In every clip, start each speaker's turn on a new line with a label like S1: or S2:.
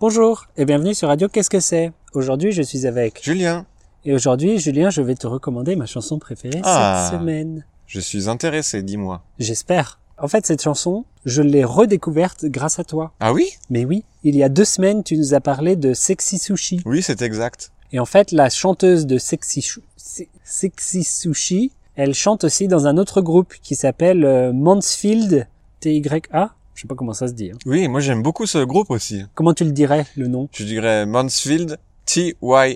S1: Bonjour et bienvenue sur Radio Qu'est-ce que c'est Aujourd'hui je suis avec...
S2: Julien,
S1: Et aujourd'hui Julien je vais te recommander ma chanson préférée
S2: Ah.
S1: cette semaine.
S2: je suis intéressé, dis-moi.
S1: J'espère. En fait cette chanson, je l'ai redécouverte grâce à toi.
S2: Ah oui
S1: Mais oui, il y a deux semaines tu nous as parlé de Sexy Sushi.
S2: Oui, c'est exact.
S1: Et en fait la chanteuse de Sexy, Chou- Se- Sexy Sushi, elle chante aussi dans un autre groupe qui s'appelle euh, Mansfield TYA. Je sais pas comment ça se dit. hein.
S2: Oui, moi j'aime beaucoup ce groupe aussi.
S1: Comment tu le dirais le nom
S2: Je dirais Mansfield TYA.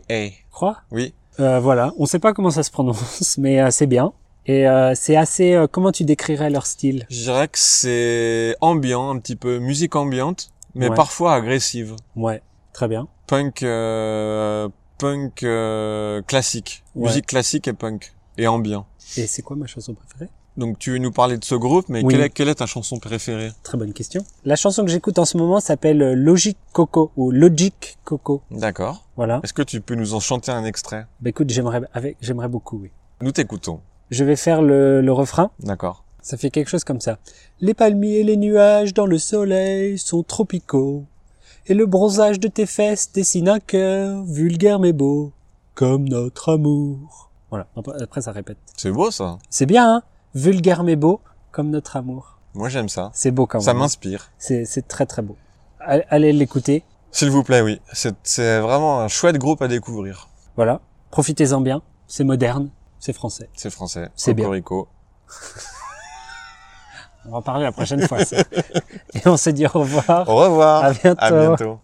S1: Je crois
S2: Oui.
S1: Euh, voilà, on sait pas comment ça se prononce, mais euh, c'est bien. Et euh, c'est assez. euh, comment tu décrirais leur style
S2: Je dirais que c'est ambiant, un petit peu musique ambiante, mais
S1: Ouais.
S2: parfois agressive.
S1: Ouais, très bien.
S2: Punk, euh, punk euh, classique.
S1: Ouais.
S2: Musique classique et punk. Et ambiant.
S1: Et c'est quoi ma chanson préférée
S2: Donc tu veux nous parler de ce groupe, mais
S1: Oui.
S2: quelle, est, quelle est ta chanson préférée
S1: Très bonne question. La chanson que j'écoute en ce moment s'appelle euh, Logic Coco ou Logic Coco.
S2: D'accord.
S1: Voilà.
S2: Est-ce que tu peux nous en chanter un extrait
S1: Bah écoute, j'aimerais avec, j'aimerais beaucoup. Oui.
S2: Nous t'écoutons.
S1: Je vais faire le, le refrain.
S2: D'accord.
S1: Ça fait quelque chose comme ça. Les palmiers et les nuages dans le soleil sont tropicaux. Et le bronzage de tes fesses dessine un cœur vulgaire mais beau, comme notre amour. Voilà. Après- après ça répète.
S2: C'est beau ça.
S1: C'est bien, hein Vulgaire mais beau, comme notre amour.
S2: Moi j'aime ça.
S1: C'est beau quand même.
S2: Ça m'inspire.
S1: C'est c'est très très beau. Allez allez l'écouter.
S2: S'il vous plaît, oui. C'est- C'est vraiment un chouette groupe à découvrir.
S1: Voilà. Profitez-en bien. C'est moderne. C'est français.
S2: C'est français.
S1: C'est bien.
S2: Cocorico.
S1: On va en parler la prochaine fois. ça. Et on se dit au revoir.
S2: Au revoir.
S1: À bientôt.
S2: À bientôt.